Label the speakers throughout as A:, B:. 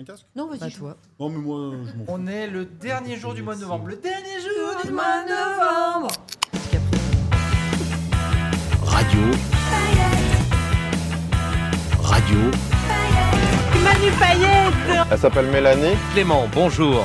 A: Un casque
B: Non, vas-y, toi.
A: Non, mais moi, euh, je m'en fous.
C: On est le dernier jour du mois de novembre. Le dernier jour du mois.
B: novembre.
D: Radio. Radio.
E: Elle s'appelle Mélanie.
D: Clément, bonjour.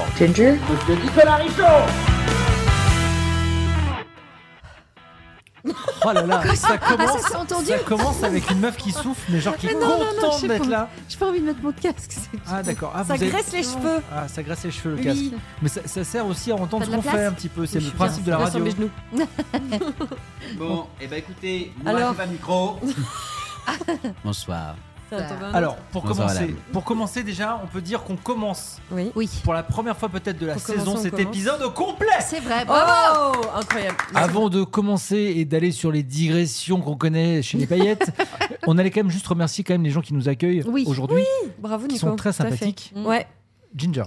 C: Oh là là, ça
B: Ah,
C: commence.
B: ça s'est entendu
C: ça commence avec une meuf qui souffle, mais genre qui est
B: Mais non, non, non,
C: contente
B: je sais
C: d'être
B: pas.
C: là.
B: J'ai pas envie de mettre mon casque. c'est-
C: Ah d'accord. Ah,
F: Ça
C: vous avez-
F: graisse les cheveux.
C: Ah, ça graisse les cheveux le casque.
B: Oui.
C: Mais ça, ça sert aussi à entendre ce
B: T'as de la
C: qu'on
B: place
C: fait un petit peu. C'est le
B: Oui, je suis
C: principe de
B: bien,
C: la
B: bien sur
C: radio.
B: mes genoux.
G: Bon, et bah écoutez, moi
F: Alors.
G: j'ai pas de micro.
D: Bonsoir.
F: Ça tombe un-
C: Alors, pour
D: Bonsoir,
C: commencer,
D: madame.
C: pour commencer déjà, on peut dire qu'on commence
F: Oui.
B: Oui,
C: pour la première fois peut-être de la
F: Pour
C: saison
F: commencer, on
C: cet
F: commence.
C: épisode au complet.
B: c'est vrai. bravo.
F: Oh Incroyable.
C: Avant de commencer et d'aller sur les digressions qu'on connaît chez les paillettes, on allait quand même juste remercier quand même les gens qui nous accueillent
B: Oui.
C: aujourd'hui,
F: Bravo
C: qui
F: Nico.
C: sont très
F: Tout à fait. Mm.
C: sympathiques.
F: Ouais,
C: Ginger.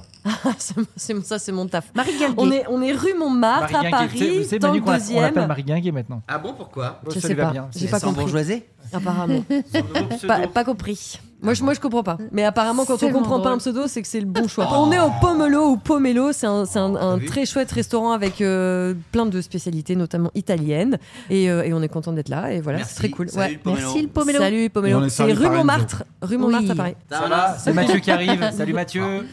F: c'est mon- c'est mon- ça c'est mon taf.
B: Marie Galguet.
F: On est, on est rue Montmartre
C: Guinguet.
F: à
C: C'est-
F: Paris,
C: c'est
F: Ah, dans
C: Manu
F: le
C: qu'on l'appelle- on l'appelle
F: deuxième.
C: Marie Guinguet maintenant.
G: Ah bon, pourquoi
F: Je
C: Ça
F: sais
C: lui va
F: pas.
C: bien.
F: J'ai
C: C'est-
F: pas
G: Sans
F: compris.
G: bourgeoisé
F: Apparemment. pas, pas compris. Moi je, moi je comprends pas. Mais apparemment quand
B: C'est
F: on comprend
B: vraiment
F: pas un
B: drôle.
F: pseudo c'est que c'est le
C: Ah.
F: bon choix. On est au Pomelo ou Pomelo, c'est un, c'est un- un
G: T'as vu
F: très chouette restaurant avec euh, plein de spécialités notamment italiennes et, euh, et on est content d'être là et voilà
G: Merci.
F: c'est très cool.
G: Salut, le pomelo.
B: Merci le pomelo.
F: Salut Pomelo.
A: Et on est
F: C'est
A: servi
F: rue
A: par Enzo.
F: Montmartre, rue Montmartre à Paris.
G: Ça
C: Ça
G: va
C: va, c'est Mathieu qui arrive. Salut Mathieu.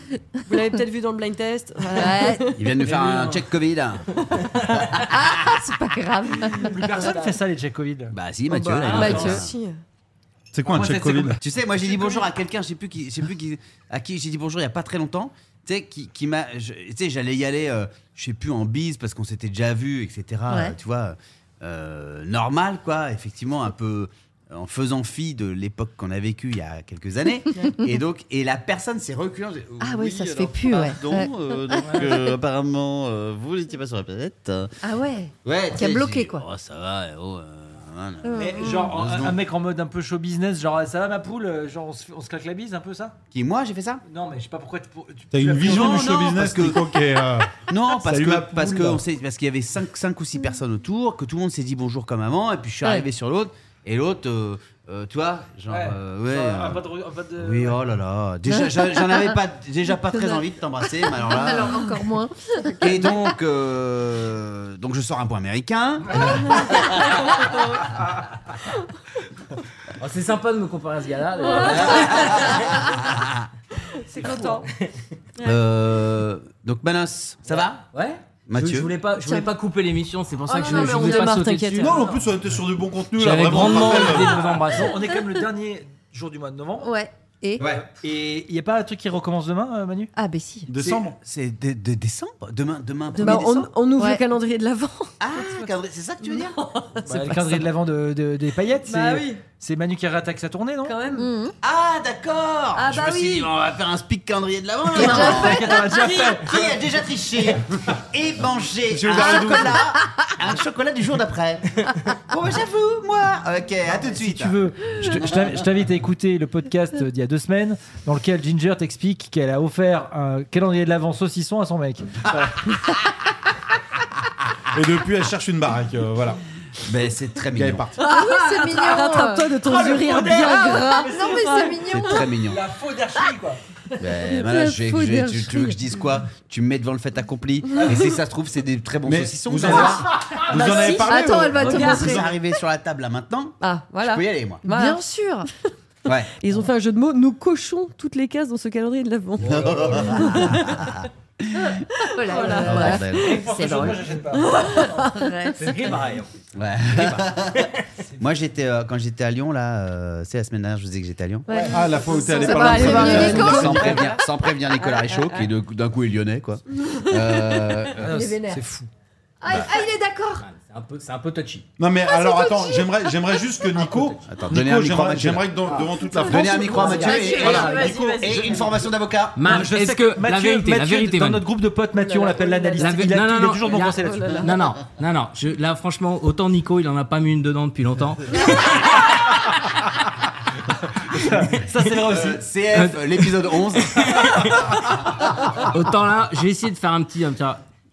F: Vous l'avez peut-être vu dans le blind test. Voilà.
B: Ouais,
G: Il vient de nous faire
C: Eh bien.
G: un check Covid. hein.
B: c'est pas grave.
F: Ah.
C: Plus personne fait ça les Tchèques Covid.
D: Bah si, Mathieu.
F: Oh,
G: bah,
D: là, il est
G: Mathieu.
D: encore là.
F: Si.
A: C'est quoi un
C: Moi,
A: check
C: c'est- c'est
A: Covid
C: comme-
G: Tu sais, moi j'ai dit bonjour à quelqu'un, je sais plus qui, je sais plus qui, à qui j'ai dit bonjour il y a pas très longtemps. Tu sais, qui, qui m'a, je- tu sais, j'allais y aller, euh, je sais plus en bise parce qu'on s'était déjà vu, etc. euh, tu vois, euh, normal quoi, effectivement un peu euh, en faisant fi de l'époque qu'on a vécue il y a quelques années. et donc, et la personne s'est reculée. en disant,
B: Ah ouais, ça se
G: alors,
B: fait plus, ouais.
G: pardon,
B: Ouais.
G: euh, donc, euh, apparemment, euh, vous n'étiez pas sur la planète.
B: Ah ouais.
G: Ouais,
B: a
G: tu sais,
B: bloqué,
G: j'ai dit,
B: quoi.
G: Oh, ça va, eh, oh, euh, voilà.
C: Mais genre
G: Deux
C: un,
G: secondes.
C: un mec en mode un peu show business, genre ça va ma poule, euh, genre on se, fait- on se claque la bise un peu ça
G: Qui moi j'ai fait ça
C: Non mais je sais pas pourquoi tu- tu
A: T'as une vision
G: Non,
A: du show
G: non, parce
A: business
G: que-
A: que... qui est, euh,
G: Non, parce
A: Salut ma
G: que
A: poule.
G: parce que on s'est- parce qu'il y avait 5 cinq ou 6 personnes autour, que tout le monde s'est dit bonjour comme avant, et puis je suis
F: Ouais.
G: arrivé sur l'autre, et l'autre, euh, euh, tu vois, genre,
C: Ouais.
G: euh, ouais,
C: Genre, un
G: euh,
C: pas de- un pas de-
G: oui, oh là là, déjà, j'a- j'en avais pas, déjà pas très envie de t'embrasser, mais alors là,
B: Alors encore moins.
G: et donc, euh, donc je sors un point américain.
H: Oh, c'est sympa de me comparer à ce gars-là. d'ailleurs.
F: C'est content.
G: Euh, donc Manos, ça va,
H: Ouais. Je, je
G: Mathieu
H: voulais pas, je voulais pas couper l'émission, c'est pour ça
F: Ah
G: Oh
H: que
F: non,
H: je,
F: mais
H: je
F: on
H: voulais pas
F: démarre,
H: sauter
F: t'inquiète.
H: dessus.
A: Non, en plus, on était sur du bon contenu là.
H: J'avais
A: vraiment,
H: grandement
A: parfait,
H: envie
A: là.
H: de vous embrasser.
C: bah, On est quand même le dernier jour du mois de novembre. Euh,
B: Ouais. Et
G: Ouais.
C: Et il y a pas un truc qui recommence demain, euh, Manu
B: Ah, bah si.
A: Décembre.
G: C'est de, de décembre Demain, demain,
F: Bah,
G: premier
F: on,
G: décembre
F: on ouvre
B: Ouais.
F: le calendrier de l'avant.
G: Ah, calendrier, c'est ça que tu veux dire
C: Bah, Le calendrier de l'avant de, de- des paillettes,
F: Bah
C: c'est
F: oui,
C: c'est Manu qui rattaque sa tournée, non
F: quand même.
B: Mhm.
G: Ah, d'accord
F: Ah,
G: Je
F: bah
G: me suis
F: oui.
G: dit, on va faire un speak calendrier de l'avant. là.
C: T'inquiète, on l'a Ah, déjà fait. Ah
G: Qui a déjà triché et mangé
A: Monsieur
G: un
A: Zardou.
G: chocolat, un chocolat du jour d'après Bon, bah, j'avoue, moi Ok, à tout de
C: Si
G: suite.
C: tu veux, je te- je t'invite- je t'invite à écouter le podcast euh, d'il y a deux semaines dans lequel Ginger t'explique qu'elle a offert un calendrier de l'avant saucisson à son mec.
A: Et depuis, elle cherche une baraque. euh, voilà.
G: Mais c'est très
A: Gars est
G: mignon.
A: parti.
B: Ah oui, c'est mignon.
F: Rattrape-toi de ton urine bien gras.
B: Ah, non, mais c'est
G: C'est
B: mignon.
G: très mignon.
C: La faux d'archi, quoi.
G: Ben, voilà, je vais- je vais- tu, tu veux que
B: fouille.
G: je dise quoi Tu me mets devant le fait accompli. Et si ça se trouve, c'est des très bons
A: Mais
G: saucissons.
A: vous
G: ça
A: en
G: va.
A: avez, vous en avez
B: Bah
A: parlé
B: Attends,
A: euh,
B: elle va te
G: Regarde, ils
B: montrer.
G: sont arrivés sur la table là maintenant.
F: Ah,
G: Je
F: voilà.
G: peux y aller, moi.
F: Voilà.
B: Bien sûr.
G: Ouais.
F: Et ils ont fait un jeu de mots. Nous cochons toutes les cases dans ce calendrier de l'avant.
B: Voilà.
G: Oh,
B: Ah, voilà.
G: bordel.
C: C'est
B: drôle.
C: Moi, j'achète pas.
B: Ouais.
C: C'est gay, pareil.
G: Ouais. Moi, j'étais euh, quand j'étais à Lyon là, euh, c'est la semaine dernière, je vous disais que j'étais à Lyon.
A: Ah, la fois où t'es allé
B: Ça
A: pas
B: va,
A: loin de
B: c'est
A: la
B: venu,
A: baraque,
B: Nico
A: elle
G: sans,
A: nous a dit-
G: prévenir, sans prévenir Nicolas Richaud, qui de- d'un coup est lyonnais, quoi. Euh,
B: Il est vénère.
C: fou.
B: Ah, ah, il est d'accord.
H: C'est un peu, c'est un peu touchy.
A: Non,
B: Ah,
A: mais alors attends, j'aimerais, j'aimerais juste que Nico.
G: Attends, donnez un
A: Nico,
G: micro à
A: j'aimerais,
G: Mathieu.
A: j'aimerais que dans- devant toute la France.
G: Donnez un micro à Mathieu
B: Mathieu,
G: et,
B: vas-y,
G: voilà,
B: vas-y,
G: Nico,
B: vas-y.
G: et une formation d'avocat.
C: Non,
D: Man,
C: je
D: est-ce
C: sais
D: que la
C: Mathieu-
D: vérité, la
C: Mathieu,
D: vérité,
C: dans
D: Van.
C: notre groupe de potes, Mathieu, on l'appelle l'analyste.
D: La vé-
C: Il, a,
D: non, non,
C: il a
D: non,
C: toujours
D: il y a-
C: dépensé là-dessus.
D: Non, non, non, non. Je, là, franchement, autant Nico, il en a pas mis une dedans depuis longtemps.
C: Ça, c'est vrai aussi.
G: Euh, CF, l'épisode 11.
D: Autant là, j'ai essayé de faire un petit. un petit-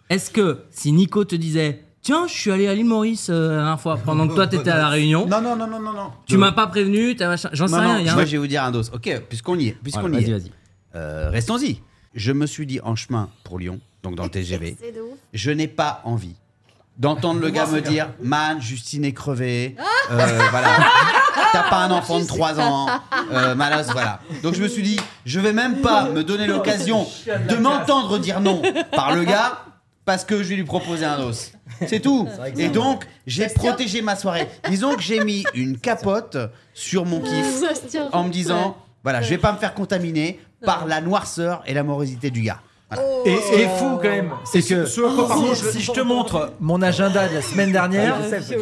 D: Est-ce que si Nico te disait Tiens, je suis allé à l'île Maurice euh, la dernière fois, pendant que toi t'étais à La Réunion,
A: Non, non, non, non, non, non.
D: tu m'as pas prévenu, t'as machin. J'en sais
G: Non,
D: rien,
G: non,
D: il y a
G: moi
D: un-
G: je vais vous dire un dos. Ok, puisqu'on y est, puisqu'on
D: Voilà,
G: y
D: Vas-y,
G: est,
D: vas-y.
G: euh, restons-y. Je me suis dit en chemin pour Lyon, donc dans le TGV,
B: C'est de ouf.
G: je n'ai pas envie d'entendre le gars me dire Man, Justine est crevée,
B: Ah
G: euh, voilà. T'as pas un enfant de 3 ans, euh, Malos, voilà. Donc je me suis dit, je vais même pas me donner l'occasion de m'entendre dire non par le gars parce que je vais lui proposer un dos. C'est tout. Et donc, j'ai protégé ma soirée. Disons que j'ai mis une capote sur mon
B: Ah.
G: kiff
B: Ça se tient.
G: en me disant, voilà, je vais pas me faire contaminer par la noirceur et la morosité du gars.
D: Oh.
C: Et, et fou quand même, c'est que si, si je te montre mon agenda de la semaine dernière,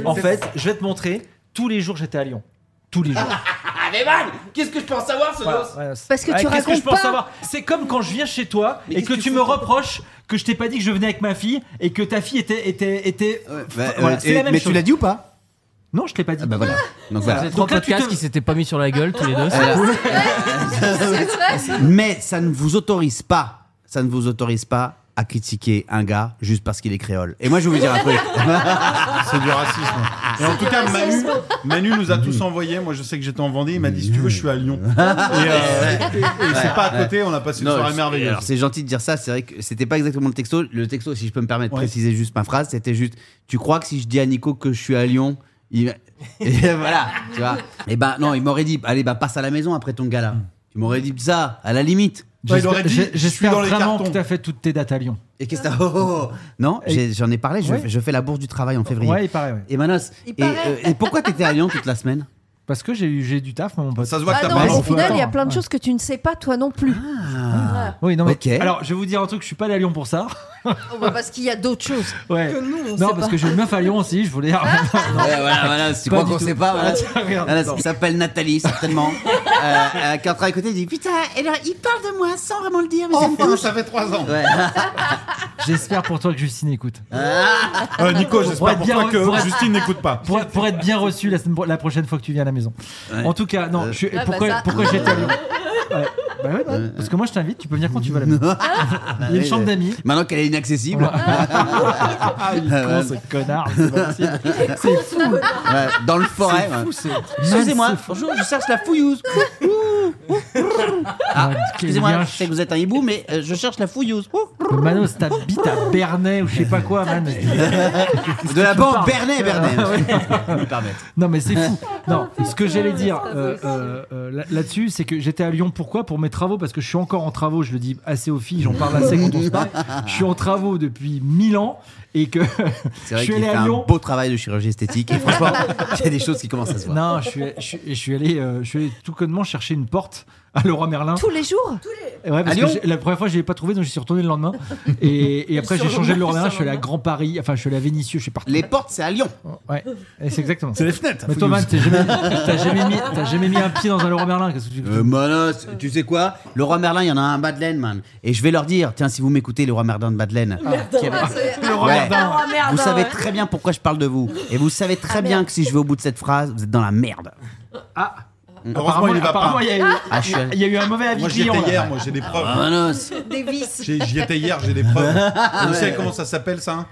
C: en fait, je vais te montrer tous les jours j'étais à Lyon, tous les jours.
G: Ah mais man, qu'est-ce que je pense savoir ce
C: Voilà, voilà. Ah,
B: Parce que tu
C: qu'est-ce que je
B: racontes
C: pense
B: pas.
C: savoir C'est comme quand je viens chez toi
G: Mais
C: et
G: qu'est-ce
C: que
G: que
C: tu
G: tu
C: me
G: fous, toi
C: reproches que je t'ai pas dit que je venais avec ma fille et que ta fille était était était. Voilà, c'est la même
G: Bah, euh, mais tu
C: chose.
G: l'as dit ou pas
C: Non, je te l'ai pas dit.
G: Ah bah voilà. Donc
D: Vous
G: voilà.
D: êtes trois
C: Donc là, tu
D: podcasts
C: te- Euh,
D: qui s'étaient pas mis sur la gueule tous les deux. c'est
G: Alors,
D: cool.
G: mais ça ne vous autorise pas, ça ne vous autorise pas à critiquer un gars juste parce qu'il est créole. Et moi je vais vous dire un truc.
A: C'est du racisme. Et en tout cas, Manu, Manu nous a tous envoyé. Moi, je sais que j'étais en Vendée. Il m'a dit si tu veux, je suis à Lyon. Et, euh, et- et c'est pas à côté. On a passé une
G: Non,
A: soirée
G: c'est-
A: merveilleuse.
G: alors, C'est gentil de dire ça, c'est vrai que c'était pas exactement le texto. Le texto, si je peux me permettre de
A: Ouais.
G: préciser juste ma phrase, c'était juste Tu crois que si je dis à Nico que je suis à Lyon, il. va- Et voilà, tu vois. Et ben non, il m'aurait dit Allez, bah passe à la maison après ton gars là. Tu m'aurais dit ça, à la limite.
A: Ouais, il aurait dit,
C: J'espère-
A: je suis
C: J'espère
A: dans les
C: vraiment
A: cartons.
C: que t'as fait toutes tes dates à Lyon.
G: Et qu'est-ce que t'as oh, oh, oh. Non, j'ai- j'en ai parlé, je,
C: Ouais.
G: je fais la bourse du travail en février.
C: Ouais, il paraît. ouais.
G: Et Manos,
B: Il
G: et,
B: paraît.
G: euh, et pourquoi t'étais à Lyon toute la semaine
C: Parce que j'ai eu j'ai du taf, mon pote.
A: Ça se voit que
B: Ah
A: t'as
B: non,
A: pas
B: mais
C: parlé.
B: au
A: l'enfant.
B: final, il y a plein de
C: Ouais.
B: choses que tu ne sais pas, toi non plus.
G: Ah.
C: Oui, non mais.
G: Ok.
C: Alors, je vais vous dire un truc. Je suis pas allé à Lyon pour ça.
B: Oh, bah, Parce qu'il y a d'autres choses.
C: Ouais.
F: nous, on
C: Non, parce que j'ai une meuf à Lyon aussi. Je voulais.
B: Ah.
G: Ouais, voilà, Manos, tu
C: Pas
G: crois
C: du
G: qu'on
C: tout.
G: sait pas Manos
C: Regarde.
G: Manos, qui s'appelle Nathalie, certainement. euh, euh, qui est en train d'écouter, il dit Putain, elle- il parle de moi sans vraiment le dire, mais
H: Oh.
G: ça me
A: Enfin,
G: touche.
A: ça fait 3 ans.
G: Ouais.
C: J'espère pour toi que Justine écoute.
A: Euh, Nico, j'espère
C: être
A: pour
C: bien
A: toi
C: re- pour
A: que
C: être-
A: Justine n'écoute pas.
C: Pour, pour être bien reçu la, semaine- la prochaine fois que tu viens à la maison. En tout cas,
A: Euh,
C: non, je,
B: bah
C: pourquoi,
B: ça.
C: pourquoi j'étais à Lyon Ouais. Bah ouais, bah, parce que moi je t'invite, tu peux venir quand tu veux à la maison.
A: Ah.
C: Il y a une chambre d'amis.
G: Maintenant qu'elle est inaccessible, Euh,
C: Ah, il
A: Euh,
C: est con ce connard, c'est pas possible. C'est fou,
G: ouais, dans le forêt.
C: c'est
G: ouais.
C: fou, c'est.
G: Excusez-moi,
C: Man, c'est fou.
G: bonjour, je cherche la fouillouse. Ah,
C: Ouais, quel
G: Excusez-moi,
C: lien.
G: je sais que vous êtes un hibou, mais euh, je cherche la fouillouse.
C: Oh.
G: Ouh.
C: Manos, ta bite à Bernay ou je sais pas quoi, man.
G: De la banque
C: parles
G: Bernet, Bernet.
C: Ah, Non, mais c'est fou. Non, ce que j'allais dire euh, euh, euh, là- là-dessus, c'est que j'étais à Lyon pourquoi Pour mes travaux, parce que je suis encore en travaux. Je le dis assez aux filles, j'en parle assez quand on se parle. Je suis en travaux depuis 1000 ans et que
G: C'est
C: je
G: vrai
C: suis
G: qu'il
C: allé
G: fait
C: à
G: un
C: Lyon.
G: beau travail de chirurgie esthétique. Et franchement, il y a des choses qui commencent à se voir.
C: Non, je suis, je, suis- je suis allé, euh, je suis allé tout connement chercher une porte à Leroy Merlin.
B: Tous les jours
C: Et ouais, parce
G: À
C: que
G: Lyon
C: j'ai- la première fois, je l'ai pas trouvé, donc je suis retourné le lendemain. Et, et après, j'ai changé de Leroy Merlin. Je suis allé à Grand Paris, enfin, je suis allé à Vénissieux, je suis parti.
G: Les portes, c'est à Lyon.
C: Ouais, Et c'est exactement.
A: les fenêtres.
C: Mais Thomas, t'as jamais, t'as jamais mis, t'as jamais mis un pied dans un Leroy Merlin. Qu'est-ce que tu
G: Euh, Manos, tu sais quoi Le roi Merlin, il y en a un à Madeleine, man. Et je vais leur dire, tiens, si vous m'écoutez, le roi Merlin de Madeleine. qui est-
C: Ah. Le Leroy
G: Euh, Ouais.
C: Merlin.
G: Vous savez très bien pourquoi je parle de vous. Et vous savez très bien que si je vais au bout de cette phrase, vous êtes dans la merde.
A: Heureusement, il y va
C: apparemment,
A: pas.
C: il y a eu-
G: Ah, je suis allé-
C: il y a eu un mauvais avis
A: Moi, j'y
C: client,
A: étais
C: là.
A: hier. Moi, j'ai des
G: Ah,
A: preuves.
G: Manos
B: Des vices.
A: J'ai- J'y étais hier. J'ai des preuves.
C: Ah
A: Vous savez comment ça s'appelle ça hein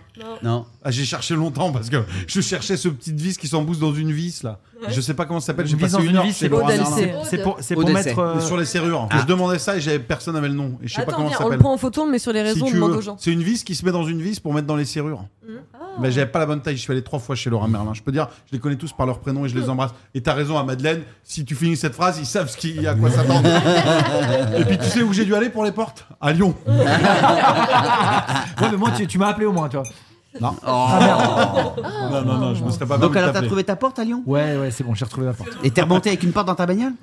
G: Non.
A: Ah, j'ai cherché longtemps parce que je cherchais ce petite vis qui s'embousse dans une vis là. Je sais pas comment ça s'appelle, j'ai
C: Une vis
A: passé
C: dans
A: une,
C: une
A: heure
C: vis,
A: chez
C: c'est
A: Laura
F: Aude,
A: Merlin.
F: c'est-
C: C'est pour, c'est pour
G: Au décès.
C: mettre. euh,
A: sur les serrures. Je demandais ça et j'avais personne n'avait le nom et je sais pas
F: Attends,
A: comment
F: viens,
A: ça
F: on le
A: s'appelle.
F: prend en photo, on le met sur les
A: Si
F: réseaux, on
A: tu
F: demande
A: veux.
F: aux gens.
A: C'est une vis qui se met dans une vis pour mettre dans les serrures.
G: Mmh.
A: Mais j'avais pas la bonne taille, je suis allé trois fois chez Laura Merlin. Je peux dire, je les connais tous par leur prénom et
G: Mmh.
A: je les embrasse. Et t'as raison à Madeleine, si tu finis cette phrase, ils savent ce qui, à quoi s'attendre. et puis tu sais où j'ai dû aller pour les portes À Lyon.
G: Ah.
C: Ouais, mais moi, tu, tu m'as appelé au moins, tu vois.
A: Non. non, non, non, je me serais pas
G: Donc
A: permis de
G: alors, t'as
A: t'appeler.
G: trouvé ta porte à Lyon
C: Ouais, ouais, c'est bon, j'ai retrouvé ma porte.
G: Et t'es remonté avec une porte dans ta bagnole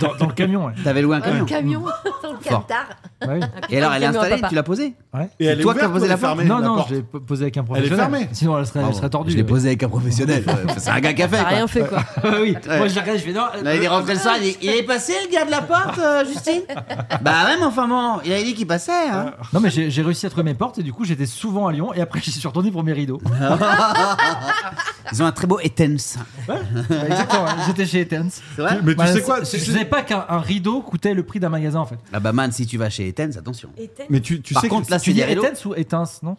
C: Dans, dans le camion, ouais.
G: T'avais loué un camion
B: Un camion. au Qatar.
C: Ouais.
G: Et alors, elle est
F: Caméra
G: installée,
F: papa.
G: tu l'as posée
C: Ouais.
A: Et elle
G: toi
A: est ouverte
G: qui as posé
A: ou elle
G: la
A: est fermée,
C: Non,
A: la
C: non,
A: porte
C: je l'ai p- posé avec un
A: Elle est
C: professionnel.
A: fermée.
C: Sinon, elle serait, elle
G: Bravo.
C: serait tordue.
G: Je l'ai
C: ouais.
G: posée avec un professionnel. ouais. C'est un gars qui a fait.
F: T'as
G: quoi.
F: rien fait quoi.
C: Ah oui.
G: Ouais.
C: Moi, je la regarde, je fais non. euh,
G: Là, il est rentré le soir, il dit Il est passé le gars de la porte, euh, Justine Bah ouais, mais enfin, bon, il avait dit qu'il passait. Hein.
C: Non, mais j'ai j'ai réussi à trouver mes portes et du coup, j'étais souvent à Lyon et après, j'y suis retourné pour mes rideaux.
A: Ah.
G: Ils ont un très beau Etens.
C: Bah, exactement, hein. j'étais chez Etens.
G: C'est vrai
A: Mais tu
C: Bah,
A: sais quoi
C: Je
A: tu
C: je
A: sais-
C: savais pas qu'un un rideau coûtait le prix d'un magasin en fait.
G: Ah bah, man, si tu vas chez Etens, attention.
A: Mais tu, tu
G: Par
A: sais que-
G: contre, là,
C: Tu
G: c'est
C: dis
G: des rideaux.
C: Etens ou Etens, non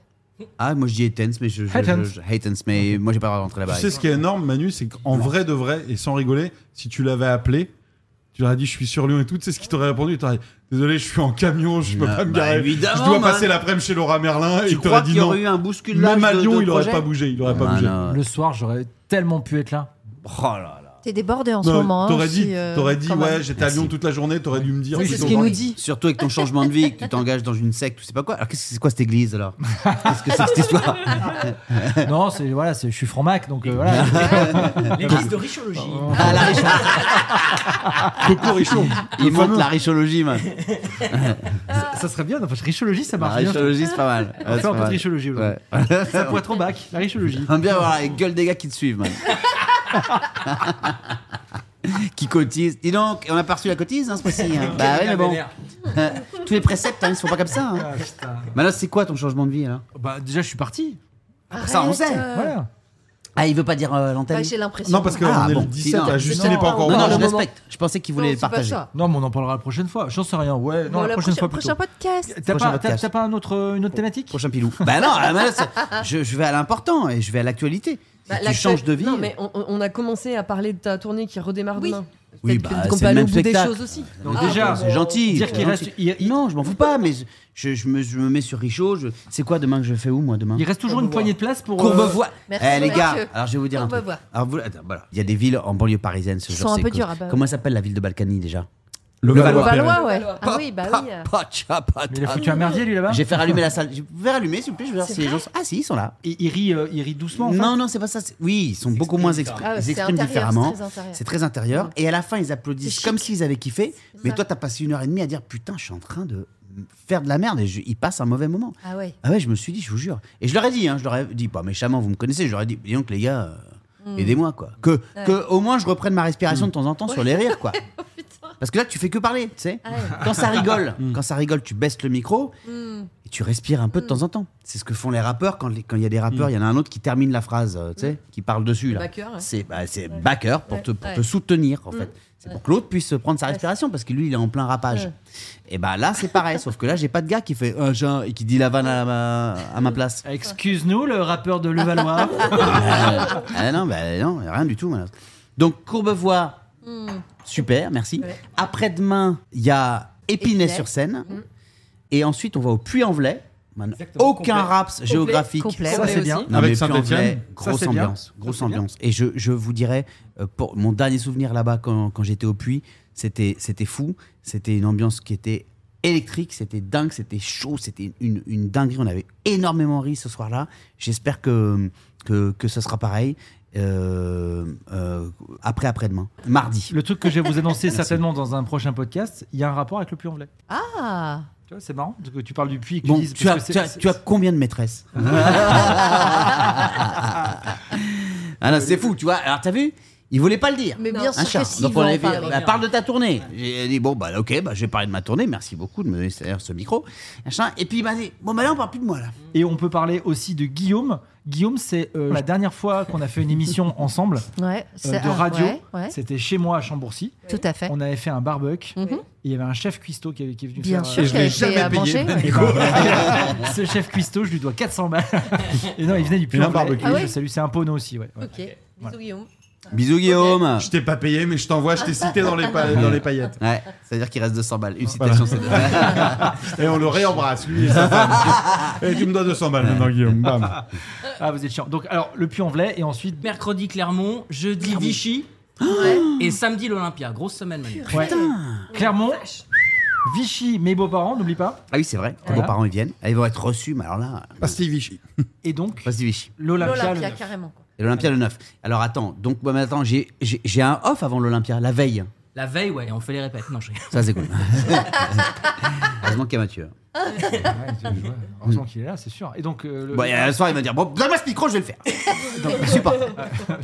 G: Ah, moi je dis Etens, mais je. je- je-
C: Etens.
G: je- Etens, mais moi j'ai pas le droit de rentrer
A: Tu
G: là-bas.
A: sais ce qui est énorme, Manu, c'est qu'en vrai de vrai, et sans rigoler, si tu l'avais appelé, tu leur as dit je suis sur Lyon et tout, tu sais ce qu'il t'aurait répondu Il t'aurait dit désolé, je suis en camion, je peux
G: Bah,
A: pas me
G: bah,
A: garer.
G: évidemment,
A: je dois
G: man.
A: passer l'après-midi chez Laura Merlin et
G: Tu
A: il t'aurait
G: crois
A: dit
G: qu'il y
A: non.
G: aurait eu un bousculage
A: Même à
G: de-
A: Lyon,
G: de
A: il aurait
G: projet
A: pas bougé. Il aurait pas
G: Ah,
A: bougé.
G: non.
C: Le soir, j'aurais tellement pu être là.
G: Oh là là.
B: T'es débordé en ce
A: Non,
B: moment. hein,
A: T'aurais
B: aussi,
A: dit,
B: euh,
A: t'aurais dit
B: quand même.
A: ouais, j'étais à Lyon toute la journée, t'aurais dû me dire.
B: Ça,
A: oui,
B: c'est
A: c'est
B: ce
A: au
B: qu'il
A: grand-
B: nous dit.
G: Surtout avec ton changement de vie, que tu t'engages dans une secte, tu sais pas quoi. Alors, qu'est-ce que c'est quoi cette église alors Qu'est-ce que c'est que cette histoire
C: non, c'est voilà, c'est- je suis franc mac donc euh, voilà.
H: L'église de richologie.
G: Ah, la riche-
A: Coco Richon.
G: Il monte la richologie, man.
C: ça, ça serait bien. Enfin, richologie, ça
G: La
C: marche bien.
G: richologie, c'est pas mal.
C: On
G: Ouais,
C: fait
G: c'est
C: un peu
G: pas
C: de
G: mal.
C: richologie aujourd'hui.
G: Ouais.
C: Ça pourrait être en bac, la richologie.
G: J'aime bien voir la gueule des gars qui te suivent, man. qui cotisent. Dis donc, on a pas reçu la cotise, hein, ce mois-ci. hein. Bah oui, mais bon. Tous les préceptes, hein, ils se font pas comme ça. Hein. Mais alors, c'est quoi ton changement de vie, alors
C: Bah déjà, je suis parti.
G: Ça, on
B: Arrête,
G: sait.
B: euh,
C: Voilà.
G: Ah, il veut pas dire euh, l'antenne
B: bah, J'ai l'impression.
A: Non, parce que
G: Ah,
A: on est
G: bon,
A: le 17,
G: sinon,
A: là, juste il est pas encore
G: Non, non,
A: au courant.
G: je
F: le moment.
G: respecte. Je pensais qu'il voulait
B: Non,
G: le
B: c'est pas
G: partager.
B: ça.
C: Non, mais on en parlera la prochaine fois. J'en sais rien. Ouais, non,
B: Bon,
C: la
B: le
C: prochaine
B: prochain-
C: fois
B: prochain
C: plutôt.
B: podcast.
C: T'as pas,
G: Prochain
C: t'as-
G: podcast.
C: t'as pas un autre, une autre thématique
G: Prochain pilou. bah non, à la menace, je, je vais à l'important et je vais à l'actualité. Si
F: Bah,
G: tu
F: l'actu-
G: changes de vie.
F: Non, mais on, on- on a commencé à parler de ta tournée qui redémarre
B: Oui.
F: demain.
G: Oui,
F: Peut-être
G: bah,
F: que-
G: c'est
F: qu'on peut
G: le
F: aller
G: même
F: au bout des
G: spectacle.
F: choses aussi.
C: Donc
B: Ah,
C: déjà,
G: c'est gentil.
C: dire
G: c'est
C: qu'il
G: gentil.
C: reste, il, il-
G: Non, je m'en fous pas, mais je, je- je me, je me mets sur Richaud. je- C'est quoi demain que je fais où, moi, demain
C: il reste toujours une poignée de place pour. euh,
G: Courbevoie.
B: Merci,
G: eh, les gars,
B: Mathieu.
G: alors je vais vous dire un truc.
B: Courbevoie.
G: Alors, vous- attends, voilà. Il y a des villes en banlieue parisienne. Ce
B: Qui
G: genre,
B: sont un
G: c'est
B: peu
G: cool.
B: dures, ah bah.
G: Comment s'appelle la ville de Balkany déjà
A: Le
B: Au
A: Valois-Perret.
B: Valois, ouais. Ah oui, bah oui. euh.
G: Pa- pa- cha- patata.
C: Mais il a foutu un merdier lui là-bas.
G: J'ai fait rallumer la salle. Vous pouvez rallumer, s'il vous plaît, je vais voir si les gens sont. Ah, si, ils sont là.
C: Il, il rit, euh, il rit doucement. enfin.
G: Non, non, c'est pas ça. c'est- Oui, ils sont beaucoup moins exprimés.
B: Ah ouais,
G: ils
B: c'est
G: expriment
B: intérieur,
G: différemment.
B: c'est très intérieur.
G: C'est très intérieur. Et à la fin, ils applaudissent
B: C'est
G: comme
B: chic.
G: s'ils avaient kiffé. Mais
B: ça.
G: toi, t'as passé une heure et demie à dire putain, je suis en train de faire de la merde et je- ils passent un mauvais moment.
B: Ah ouais.
G: Ah ouais, je me suis dit, je vous jure. Et je leur ai dit, hein, je leur ai dit, pas méchamment, vous me connaissez, je leur ai dit, dis donc les gars, euh,
B: Hmm.
G: aidez-moi quoi. Que, que au moins je reprenne ma respiration de temps en temps sur les rires quoi. Parce que là, tu fais que parler, tu sais.
B: Ah ouais.
G: Quand ça rigole,
C: Mm.
G: quand ça rigole, tu baisses le micro
B: Mm.
G: et tu respires un peu de temps en temps. C'est ce que font les rappeurs quand les- quand il y a des
C: Mm.
G: rappeurs, il y en a un autre qui termine la phrase, euh, tu sais,
B: Mm.
G: qui parle dessus là.
F: backer, ouais.
G: C'est bah, c'est backer pour, te, pour
B: Ouais. Mm.
G: te soutenir en fait. C'est pour que l'autre puisse prendre sa respiration parce que lui il est en plein rapage. Et bah là c'est pareil, sauf que là j'ai pas de gars qui fait un genre et qui dit la vanne à ma, à ma place.
C: Excuse-nous, le rappeur de Levallois.
G: Ah, ah non, bah non, rien du tout. madame. Donc Courbevoie, super, merci. Après-demain, il y a Épinay-sur-Seine.
F: Mm.
G: Et ensuite, on va au Puy-en-Velay. Man,
H: Exactement,
G: Aucun
H: complet.
G: raps géographique.
F: Complet.
C: Ça, c'est bien.
G: Non,
A: Avec
G: mais
A: Saint-Étienne,
G: Puy-en-Velay,
C: ça,
G: grosse
C: c'est bien.
G: ambiance, grosse
C: c'est bien.
G: ambiance. Et je, je vous dirais, euh, pour mon dernier souvenir là-bas quand, quand j'étais au Puy, c'était c'était fou. C'était une ambiance qui était électrique, c'était dingue, c'était chaud, c'était une, une dinguerie. On avait énormément ri ce soir-là. J'espère que, que que ça sera pareil euh, euh, après après-demain, mardi.
C: Le truc que je vais vous annoncer certainement dans un prochain podcast, il y a un rapport avec le Puy-en-Velay.
B: Ah.
C: Tu vois, c'est marrant parce que tu parles du Puy. et que
G: Bon,
C: dises-
G: tu as,
C: parce que
G: tu, as,
C: c'est-
G: tu as combien de maîtresses Ah non, c'est fou, tu vois. Alors, t'as vu Il voulait pas le dire.
B: Mais bien
G: Un
B: sûr
G: chat.
B: que si.
G: Donc,
B: ils
G: on
B: vont en
G: avait fait,
B: parler.
G: bah, parle de ta tournée. J'ai dit, bon, bah, ok, bah, je vais parler de ma tournée. Merci beaucoup de me laisser derrière ce micro. Machin. Et puis, il m'a dit, bon, bah, là, on parle plus de moi, là.
C: Et on peut parler aussi de Guillaume. Guillaume, c'est euh, la dernière fois qu'on a fait une émission ensemble
B: Ouais,
C: euh,
B: c'est-
C: de
B: ah,
C: radio.
B: ouais, ouais,
C: C'était chez moi à Chambourcy.
B: Tout à fait.
C: On avait fait un barbecue.
B: Mhm.
C: Et il y avait un chef cuistot qui, avait- qui est venu
B: Bien
C: faire. euh,
B: sûr
A: Et je l'ai
B: qu'elle fait
A: jamais
B: à
A: payé.
B: manger. ouais.
C: Et ben, ce chef cuistot, je lui dois 400 balles. Et non, il venait du
A: Il a un
C: Puy-en-Velay.
A: barbecue.
C: Et
B: Ah ouais
C: Je le salue, c'est un pono aussi. ouais, ouais.
F: Ok.
C: Voilà.
F: Guillaume.
G: Bisous, Guillaume.
A: Je t'ai pas payé, mais je t'envoie, je t'ai cité dans les, pa- dans les paillettes.
G: Ouais, c'est-à-dire qu'il reste 200 balles. Une
A: Voilà.
G: citation, c'est deux.
A: Et on le réembrasse, lui et sa femme. Et tu me dois 200 balles maintenant, Guillaume. Bam.
C: Ah, vous êtes chiant. Donc, alors, le Puy-en-Velay et ensuite.
H: Mercredi Clermont, jeudi Vichy et samedi l'Olympia. Grosse semaine, Manu.
C: Ouais. Clermont, Vichy, mes beaux-parents, n'oublie pas.
G: Ah oui, c'est vrai. Vos
C: Voilà.
G: parents, ils viennent. Ah, Ils vont être reçus, mais alors là.
A: Pastille Vichy.
C: Et donc,
G: Vas-y, Vichy.
C: l'Olympia. le
B: L'Olympia,
C: neuf.
B: carrément. quoi.
G: Et l'Olympia le 9. Alors attends, donc moi, mais attends, j'ai- j'ai j'ai un off avant l'Olympia, la veille.
D: La veille, ouais, et on fait les répètes. Non, je rigole.
G: Ça, c'est cool. Heureusement qu'il y a Mathieu.
C: Heureusement qu'il est là, c'est sûr. Et donc, euh, le-
G: Bon, et à la soirée, il va dire Bon, donne-moi ce micro, je vais le faire. Donc, supportable.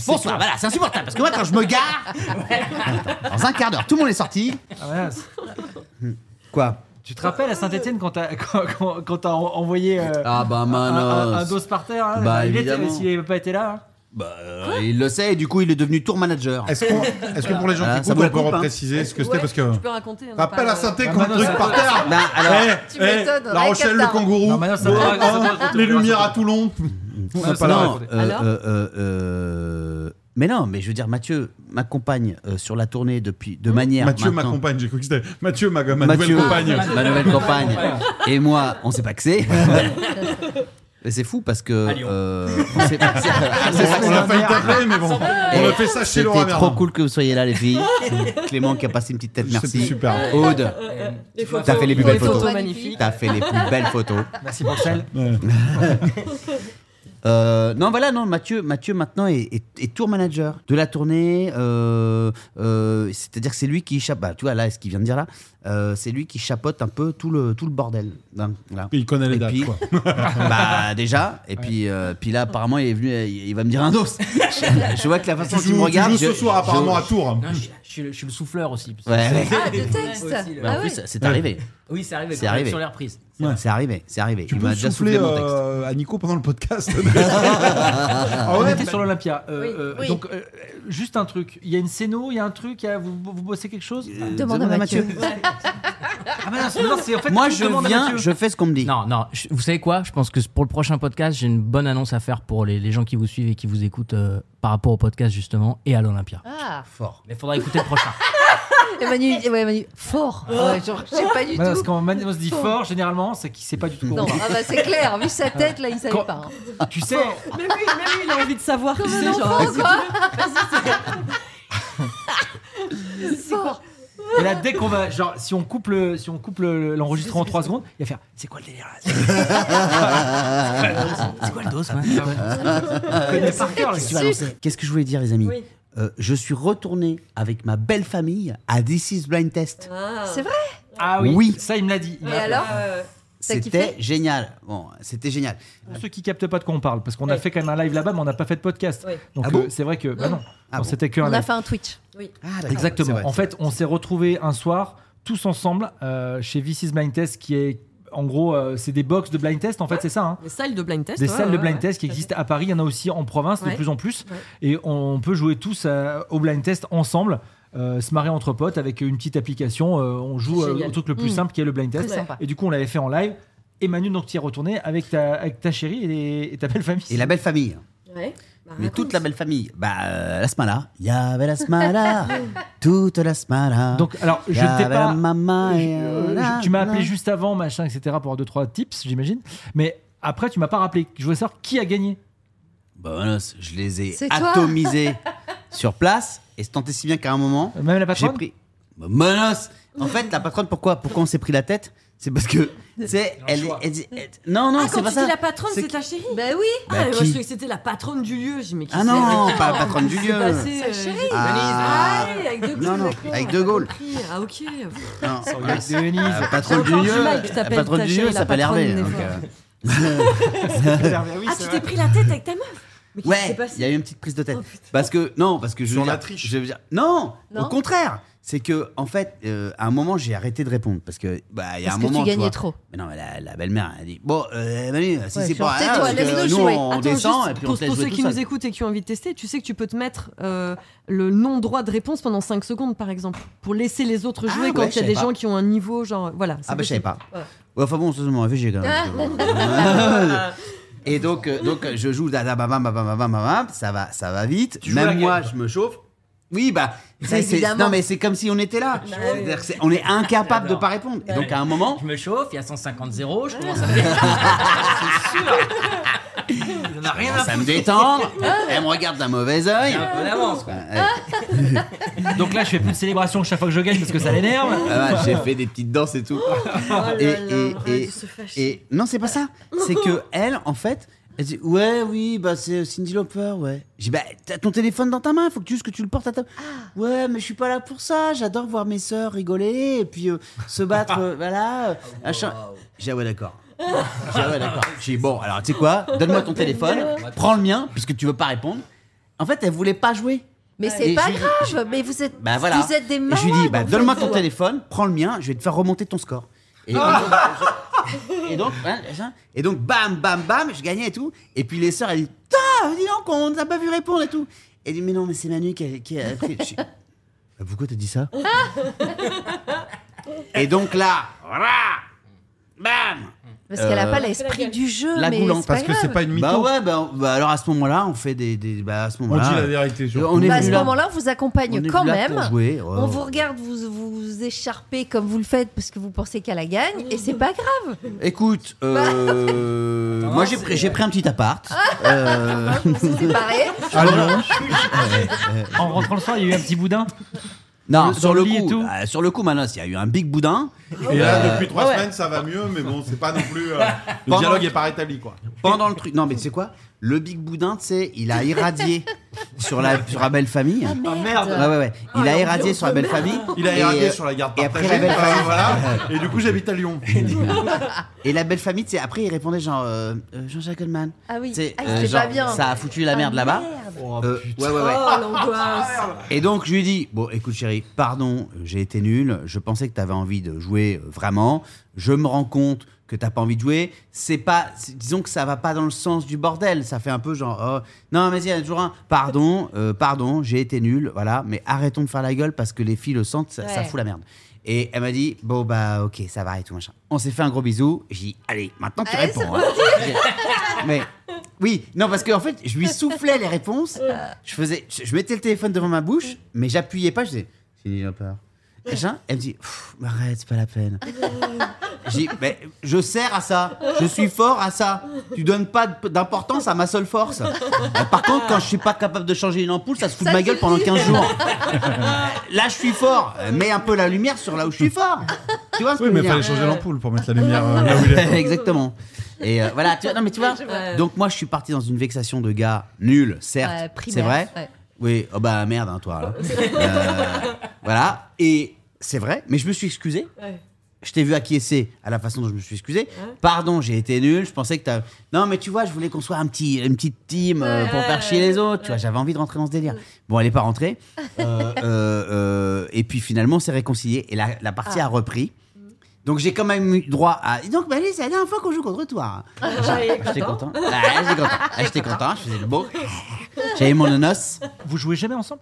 G: Bonsoir, voilà, c'est insupportable parce que moi, quand je me gare, dans un quart d'heure, tout le monde est sorti.
C: Ah, voilà, c'est-
G: Quoi
C: tu te rappelles à Saint-Etienne quand t'as quand, quand- quand t'as en- envoyé euh,
G: Ah, bah,
C: un, un- un
G: manos.
C: dos par terre hein,
G: Bah,
C: il était-
G: évidemment.
C: S'il n'avait pas été là, hein.
G: Bah, euh, il le sait, et du coup, il est devenu tour manager.
A: Est-ce qu'on- est-ce que pour les gens
G: Ah,
A: qui
G: ça
A: coupent, on
G: vaut
A: peut
G: le coup, hein.
A: repréciser ce que c'était
F: Ouais,
A: Parce que.
F: Tu peux raconter.
B: hein,
F: on n'a
A: Rappelle
F: pas,
A: à
F: euh,
A: Saint-Étienne
C: Ah,
A: quand le
C: Manos,
A: truc
C: ça-
A: par terre
G: Bah, alors,
A: Eh,
B: Tu
A: eh,
B: m'étonnes,
A: La
B: Ray
A: Rochelle, le
B: Qatar.
A: kangourou,
C: Non, Manos, ça doit-
A: Bourg-en-Bresse,
C: ça doit- ça doit-
A: les lumières à Toulon.
C: Ouais,
A: On
C: ça
A: pas la
C: doit-
A: raconter.
G: hein, non, euh,
B: Alors
G: euh, euh, euh, mais non, mais je veux dire, Mathieu m'accompagne euh, sur la tournée depuis de manière.
A: Mathieu, ma
G: maintenant-
A: compagne, j'ai cru que c'était Mathieu, ma, ma
G: Mathieu,
A: nouvelle compagne.
G: ma nouvelle compagne. Et moi, on sait pas que c'est. Mais c'est fou parce que.
D: À Lyon.
G: euh, on sait pas que c'est. Ah, c'est ça que
A: On
G: c'est.
A: a failli t'appeler, mais bon. On a fait ça chez Laura
G: C'était trop
A: Merlin.
G: cool que vous soyez là, les filles. Clément qui a passé une petite tête,
A: C'était
G: merci.
A: super.
G: Aude,
D: Euh,
F: les photos-
G: t'as fait les plus
F: les
G: belles
F: photos
G: photos.
F: magnifiques.
G: T'as fait les plus belles photos.
C: Merci pour celle.
A: Ouais.
G: Euh, non, voilà, non, Mathieu, Mathieu maintenant est, est- est tour manager de la tournée. euh, euh, C'est-à-dire que c'est lui qui chapeaute. Bah, tu vois, là, ce qu'il vient de dire là, euh, c'est lui qui chapeaute un peu tout le, tout le bordel. Hein, voilà.
A: Puis il connaît les
G: Et
A: dates,
G: puis-
A: quoi.
G: bah déjà, et puis, euh, puis là apparemment il est venu, euh, il va me dire un dos. je, je vois que la façon
A: Tu
G: dont il me
A: joues, tu
G: regarde.
A: joues
G: je-
A: ce soir,
G: je-
A: apparemment, à Tours.
D: Non, je, suis- je suis le- je suis le souffleur aussi. parce que-
G: Ouais, ouais.
B: Ah, de texte
D: Aussi, le-
G: Bah, en
B: Ah
G: plus
B: oui.
G: c'est arrivé,
D: Oui, c'est arrivé.
G: C'est
D: quand même
G: arrivé.
D: Sur les reprises.
A: Ouais.
G: c'est arrivé, c'est arrivé.
A: Tu
G: il
A: peux
G: m'a déjà
A: souffler
G: soufflé mon texte.
A: euh, à Nico pendant le podcast.
C: On
A: ah ouais,
F: bah,
C: était sur l'Olympia. Euh,
B: Oui,
C: euh,
B: oui.
C: Donc, euh, juste un truc. Il y a une scéno, il y a un truc, il y a- vous, vous bossez quelque chose
G: Euh,
B: Demande à Mathieu.
C: Ah, mais non, c'est- non, c'est- en fait,
G: Moi
C: tout
G: je
C: demande à
G: viens,
C: Mathieu.
G: je fais ce qu'on me dit.
D: Non, non, je- vous savez quoi Je pense que pour le prochain podcast, j'ai une bonne annonce à faire pour les, les gens qui vous suivent et qui vous écoutent euh, par rapport au podcast, justement, et à l'Olympia.
B: Ah,
G: Fort.
D: Mais faudra écouter le prochain.
B: et Manu, et ouais, Manu, fort. Ouais, genre, je sais pas du
C: Ouais, Bah, Parce
B: tout.
C: qu'on man- on se dit fort, généralement, c'est qu'il sait pas du tout
B: Non,
C: quoi on
B: ah bah, c'est clair, vu sa tête là, il savait
C: Quand-
B: pas. hein.
C: parle. Tu sais,
F: Mais oui, mais oui, il a envie de savoir. tu sais,
B: un
F: genre,
B: enfant,
F: vas-y,
B: Fort.
C: et là, dès qu'on va, genre, si on coupe le- si on coupe le- l'enregistrement en 3 secondes, il va faire C'est quoi le délire là
D: C'est quoi le dos ouais
G: Ah,
C: Je connais par cœur là,
G: Qu'est-ce que tu vas lancer Qu'est-ce que je voulais dire les amis
F: Oui.
G: Euh, Je suis retourné avec ma belle famille à This is Blind Test.
F: Ah.
B: C'est vrai
C: Ah oui,
G: Oui.
C: ça il me l'a dit. Il
B: Et
C: m'a-
B: alors T'as kiffé
G: C'était génial. Bon, c'était génial.
C: Pour ceux qui captent pas de quoi on parle, parce qu'on a fait quand même un live là-bas, mais on n'a pas fait de podcast.
F: Oui.
C: Donc
G: Ah bon
C: euh, c'est vrai que bah non, Non,
G: Ah bon.
C: c'était que un
B: On a
C: live.
B: fait un Twitch.
G: Ah, d'accord, c'est
C: Exactement.
G: vrai,
C: en
G: c'est
C: fait, on s'est retrouvés un soir tous ensemble euh, chez VC's Blind Test, qui est en gros, euh, c'est des box de blind test. En fait, c'est ça. hein.
F: Des salles de blind test.
C: Des
F: ouais,
C: salles de
F: Ah, ouais,
C: blind
F: ouais.
C: test qui existent à Paris. Il y en a aussi en province
F: Ouais.
C: de plus en plus.
F: Ouais.
C: Et on peut jouer tous à- au blind test ensemble. euh, se marrer entre potes avec une petite application. euh, on joue
F: C'est
C: euh,
F: génial. Mm.
C: au truc le plus
B: Mmh.
C: simple qui est le blind
B: Très
C: test.
B: sympa.
C: Et du coup, on l'avait fait en live. Et Manu, donc, tu y es retourné avec ta, avec ta chérie et, les- et ta belle famille.
G: Et la belle famille.
F: Ouais. Bah,
G: Mais
F: raconte.
G: toute la belle famille. Bah, euh, la smala. Il y avait la smala. toute la smala.
C: Donc, alors,
G: Il
C: je
G: y
C: t'ai
G: avait la
C: pas.
G: maman.
C: je-
G: et, euh,
C: euh,
G: la-
C: je- tu m'as appelé
G: la-
C: juste avant, machin, etc., pour avoir deux trois tips, j'imagine. Mais après, tu m'as pas rappelé. Je voulais savoir qui a gagné.
G: Bah, voilà, c- je les ai
B: C'est toi.
G: atomisés sur place. Et c'est tant et si bien qu'à un moment,
C: Même la
G: j'ai
C: patronne.
G: pris. Bah, Manos En fait, la patronne, pourquoi, pourquoi on s'est pris la tête C'est parce que. Tu sais, elle, elle, elle- Non, non,
F: Ah,
G: c'est
F: quand
G: pas
F: tu dis
G: ça.
F: la patronne,
G: C'est
F: c'est ta chérie
B: Bah oui.
G: Bah,
F: Ah, mais moi,
G: qui
F: je trouvais que c'était la patronne du lieu. J'ai dit, mais qui
G: Ah
F: c'est
G: non,
F: cette
G: pas la
F: patronne
G: patronne du
F: C'est
G: lieu.
F: passé,
B: Sa
F: euh,
B: chérie.
G: Ah.
F: Ah, oui, avec De Gaulle.
G: Non, non,
F: d'accord,
G: avec
F: j'ai
G: De Gaulle.
F: compris. Ah, ok.
G: Non,
F: Ah,
C: Avec Denise.
G: la patronne
F: C'est
G: du
F: encore du
G: lieu,
F: mal que tu
G: la
F: t'appelles
G: patronne
F: ta
G: du
F: chérie,
G: lieu
F: la
G: s'appelle
F: patronne
G: Hervé.
F: des
G: donc,
F: fois.
G: euh,
C: Oui,
F: Ah,
C: c'est
F: tu
C: vrai.
F: t'es pris la tête avec ta meuf Mais qu'est-ce qui s'est
G: Ouais,
F: passé
G: il y a eu une petite prise de tête.
B: Oh,
G: parce que non, parce que je veux
A: Sur
G: dire-
A: la triche.
G: je veux dire- non,
B: Non
G: au contraire. C'est que en fait, euh, à un moment, j'ai arrêté de répondre parce que bah il y a
B: Parce
G: un
B: que
G: moment.
B: tu gagnais
G: vois.
B: trop.
G: Mais non, mais la, la belle-mère elle a dit bon, euh, Manu, si
B: Ouais,
G: c'est
B: genre,
G: pas grave,
B: tais-toi,
G: ah, parce que
B: laisse-nous
G: nous
B: jouer.
G: on
F: Attends,
G: descend
F: juste
G: et puis on
F: pour,
G: te laisse
F: pour
G: jouer
F: ceux
G: tout
F: qui
G: seul.
F: nous écoutent et qui ont envie de tester, tu sais que tu peux te mettre euh, le non droit de réponse pendant 5 secondes, par exemple, pour laisser les autres
G: Ah
F: jouer
G: ouais,
F: quand
G: je
F: il y a
G: savais
F: des
G: pas.
F: gens qui ont un niveau, genre voilà. c'est
G: Ah bah je savais
F: possible.
G: pas.
B: Ouais.
G: Ouais, enfin bon, ça m'a réfléchi quand même. Et donc, euh, donc euh, je joue da da ba ba ba ba ba ba ba, ça va, ça va vite.
C: Tu joues à la
G: Même moi,
C: game.
G: je me chauffe. Oui, bah, ça, c'est-
B: évidemment. Bah,
G: non mais c'est comme si on était là. C'est-à-dire que c'est- on est incapable de pas répondre. Et donc à un moment,
D: Je me chauffe, il y a 150-0, je commence à faire. Il n'en a rien à
G: ça me détend. Elle me regarde d'un mauvais œil.
D: faire. On avance, quoi.
G: Bah, elle-
C: Donc là, je fais plus de célébration chaque fois que je gagne parce que ça l'énerve.
G: Ah ouais, j'ai fait des petites danses et tout.
F: Oh là
G: Et-
F: là,
G: et-
F: arrête
G: et-
F: de se fâcher.
G: Et non, c'est pas ça. C'est que elle, en fait, Elle dit, ouais, oui, bah c'est Cindy Lauper, ouais. J'ai dit, bah t'as ton téléphone dans ta main, faut que tu juste que tu le portes à ta.
F: Ah.
G: Ouais, mais je suis pas là pour ça. J'adore voir mes sœurs rigoler et puis euh, se battre, euh, voilà. euh, machin. J'ai dit, ah ouais, d'accord. J'ai dit, ah ouais, d'accord. J'ai dit, bon, alors tu sais quoi, donne-moi ton téléphone, prends le mien puisque tu veux pas répondre. En fait, elle voulait pas jouer.
I: Mais
G: Et
I: c'est pas
G: je-
I: grave, mais vous êtes,
G: Bah voilà.
I: vous êtes des
G: Et
I: malades.
G: je lui dis, bah,
I: en fait.
G: donne-moi ton téléphone, prends le mien, je vais te faire remonter ton score. Et,
I: Ah.
G: et donc, hein, machin. et donc, bam, bam, bam, je gagnais et tout. Et puis les sœurs, elles disent, putain, dis donc, on t'a pas vu répondre et tout. Et dit, mais non, mais c'est Manu qui a, qui a pris. Je suis, bah, pourquoi t'as dit ça Et donc là, voilà, bam,
I: Parce qu'elle a
G: Euh,
I: pas l'esprit du jeu,
G: la
I: mais
G: goulante,
I: c'est
A: Parce que c'est
I: grave.
A: pas une mytho.
G: Bah ouais, bah, bah, alors à ce moment-là, on fait des, des bah à ce
A: On
G: moment-là,
A: dit la vérité. surtout.
G: on est
I: Bah, à
G: venu
I: ce
G: là-
I: moment-là, on vous
G: on est
I: accompagne
G: venu
I: quand
G: là
I: même.
G: pour jouer, euh, ouais,
I: On
G: ouais.
I: vous regarde vous, vous écharper comme vous le faites parce que vous pensez qu'elle la
F: Mmh.
I: gagne et c'est pas grave.
G: Écoute, euh, moi j'ai pris, j'ai pris un petit appart.
A: Ah
G: Euh,
I: Vous séparez.
C: En rentrant le soir, il y a eu un petit boudin.
G: non,
C: Dans
G: sur
C: le
G: le
C: lit et
G: coup,
C: tout.
G: euh, sur le coup, Manos, il y a eu un big boudin.
A: Et là,
G: Euh,
A: depuis trois
G: ouais, ouais.
A: semaines, ça va mieux, mais bon, c'est pas non plus. euh, le
G: Pendant-
A: dialogue est pas rétabli, quoi.
G: pendant le truc. Non, mais tu sais quoi Le Big Boudin, tu sais, il a irradié sur la, sur la belle famille.
I: Ah
G: Ouais, ouais, ouais. Il a irradié sur la belle famille.
A: Il a
G: Et,
A: éradié
G: euh,
A: sur la garde
G: et après,
A: partagée.
G: la
A: Ah,
G: belle
A: enfin,
G: famille.
A: voilà. Et du coup, j'habite à Lyon.
G: Et la belle famille, tu sais, après, il répondait genre euh, euh, Jean-Jacques Goldman.
I: Ah oui,
G: Tu sais,
I: ah,
G: euh,
I: c'est pas
G: genre,
I: bien.
G: Ça a foutu la merde
I: Ah,
G: là-bas.
I: merde.
G: Euh, ouais, ouais, ouais.
F: Oh l'angoisse.
G: Et donc je lui dis bon écoute chérie pardon j'ai été nul je pensais que t'avais envie de jouer euh, vraiment je me rends compte que t'as pas envie de jouer c'est pas c'est- disons que ça va pas dans le sens du bordel ça fait un peu genre oh, non mais il y en a toujours un pardon euh, pardon j'ai été nul voilà mais arrêtons de faire la gueule parce que les filles le sentent ça, ça
I: Ouais.
G: fout la merde et elle m'a dit bon bah ok ça va et tout machin on s'est fait un gros bisou j'ai dit allez maintenant tu
I: Allez,
G: réponds hein. mais oui, non, parce qu'en fait, je lui soufflais les réponses. Je faisais, je, je mettais le téléphone devant ma bouche, mais j'appuyais pas. Je disais, c'est une peur. Machin. Elle me dit, Pff, arrête, c'est pas la peine. Je dis, mais je sers à ça. Je suis fort à ça. Tu donnes pas d- d'importance à ma seule force. Euh, Par contre, quand je suis pas capable de changer une ampoule, ça se fout
I: Ça,
G: de ma
I: tu
G: gueule
I: le
G: pendant
I: dis.
G: 15 jours. Là, je suis fort. Euh, Mets un peu la lumière sur là où je suis fort. Tu vois ce que
A: Oui,
G: je
A: mais
G: veux dire
A: fallait changer l'ampoule pour mettre la lumière euh, là où il est.
G: Exactement. Et euh, voilà, tu vois, non mais tu vois. Donc moi je suis parti dans une vexation de gars nul,
I: Ouais,
G: certes,
I: primaire,
G: c'est vrai.
I: ouais.
G: Oui, oh bah merde hein, toi. là. Euh, voilà, et c'est vrai, mais je me suis excusé.
F: Ouais.
G: Je t'ai vu acquiescer à la façon dont je me suis excusé. Pardon, j'ai été nul. Je pensais que t'as. Non, mais tu vois, je voulais qu'on soit un petit, une petite team euh, pour faire chier les autres. Tu vois, j'avais envie de rentrer dans ce délire. Bon, elle n'est pas rentrée. Euh, euh, euh, et puis finalement, on s'est réconcilié et la, la partie a repris. Donc j'ai quand même eu droit à. Dis Donc, bah, allez, c'est la dernière fois qu'on joue contre toi. J'étais content. Ah, J'étais content. Ah, J'étais content. Je faisais le beau. J'avais mon nonos.
C: Vous jouez jamais ensemble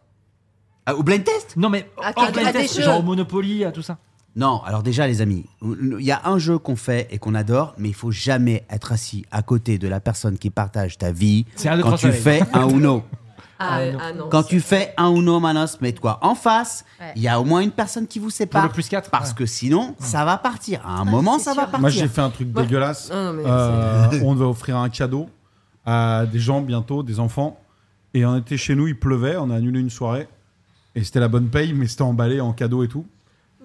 G: Ah, au blind test
C: Non, mais
I: À
C: hors
I: quoi-
C: blind
I: à des
C: test,
I: jeux.
C: genre au Monopoly, à tout ça.
G: Non, alors déjà, les amis, il y a un jeu qu'on fait et qu'on adore, mais il faut jamais être assis à côté de la personne qui partage ta vie
C: C'est un, deux, trois,
G: quand tu
C: soleil.
G: fais un Uno.
F: Ah, ouais, ah non.
G: Quand tu fais un Uno Manos, mets-toi en face. Il
I: Ouais.
G: y a au moins une personne qui vous
C: Pour
G: sépare.
C: le plus 4.
G: Parce que sinon, ça va partir. À un moment,
I: c'est
G: ça
I: sûr.
G: va partir.
A: Moi, j'ai fait un truc dégueulasse.
F: Ah, non, mais
A: Euh, on devait offrir un cadeau à des gens bientôt, des enfants. Et on était chez nous, il pleuvait, on a annulé une soirée. Et c'était la bonne paye, mais c'était emballé en cadeau et tout.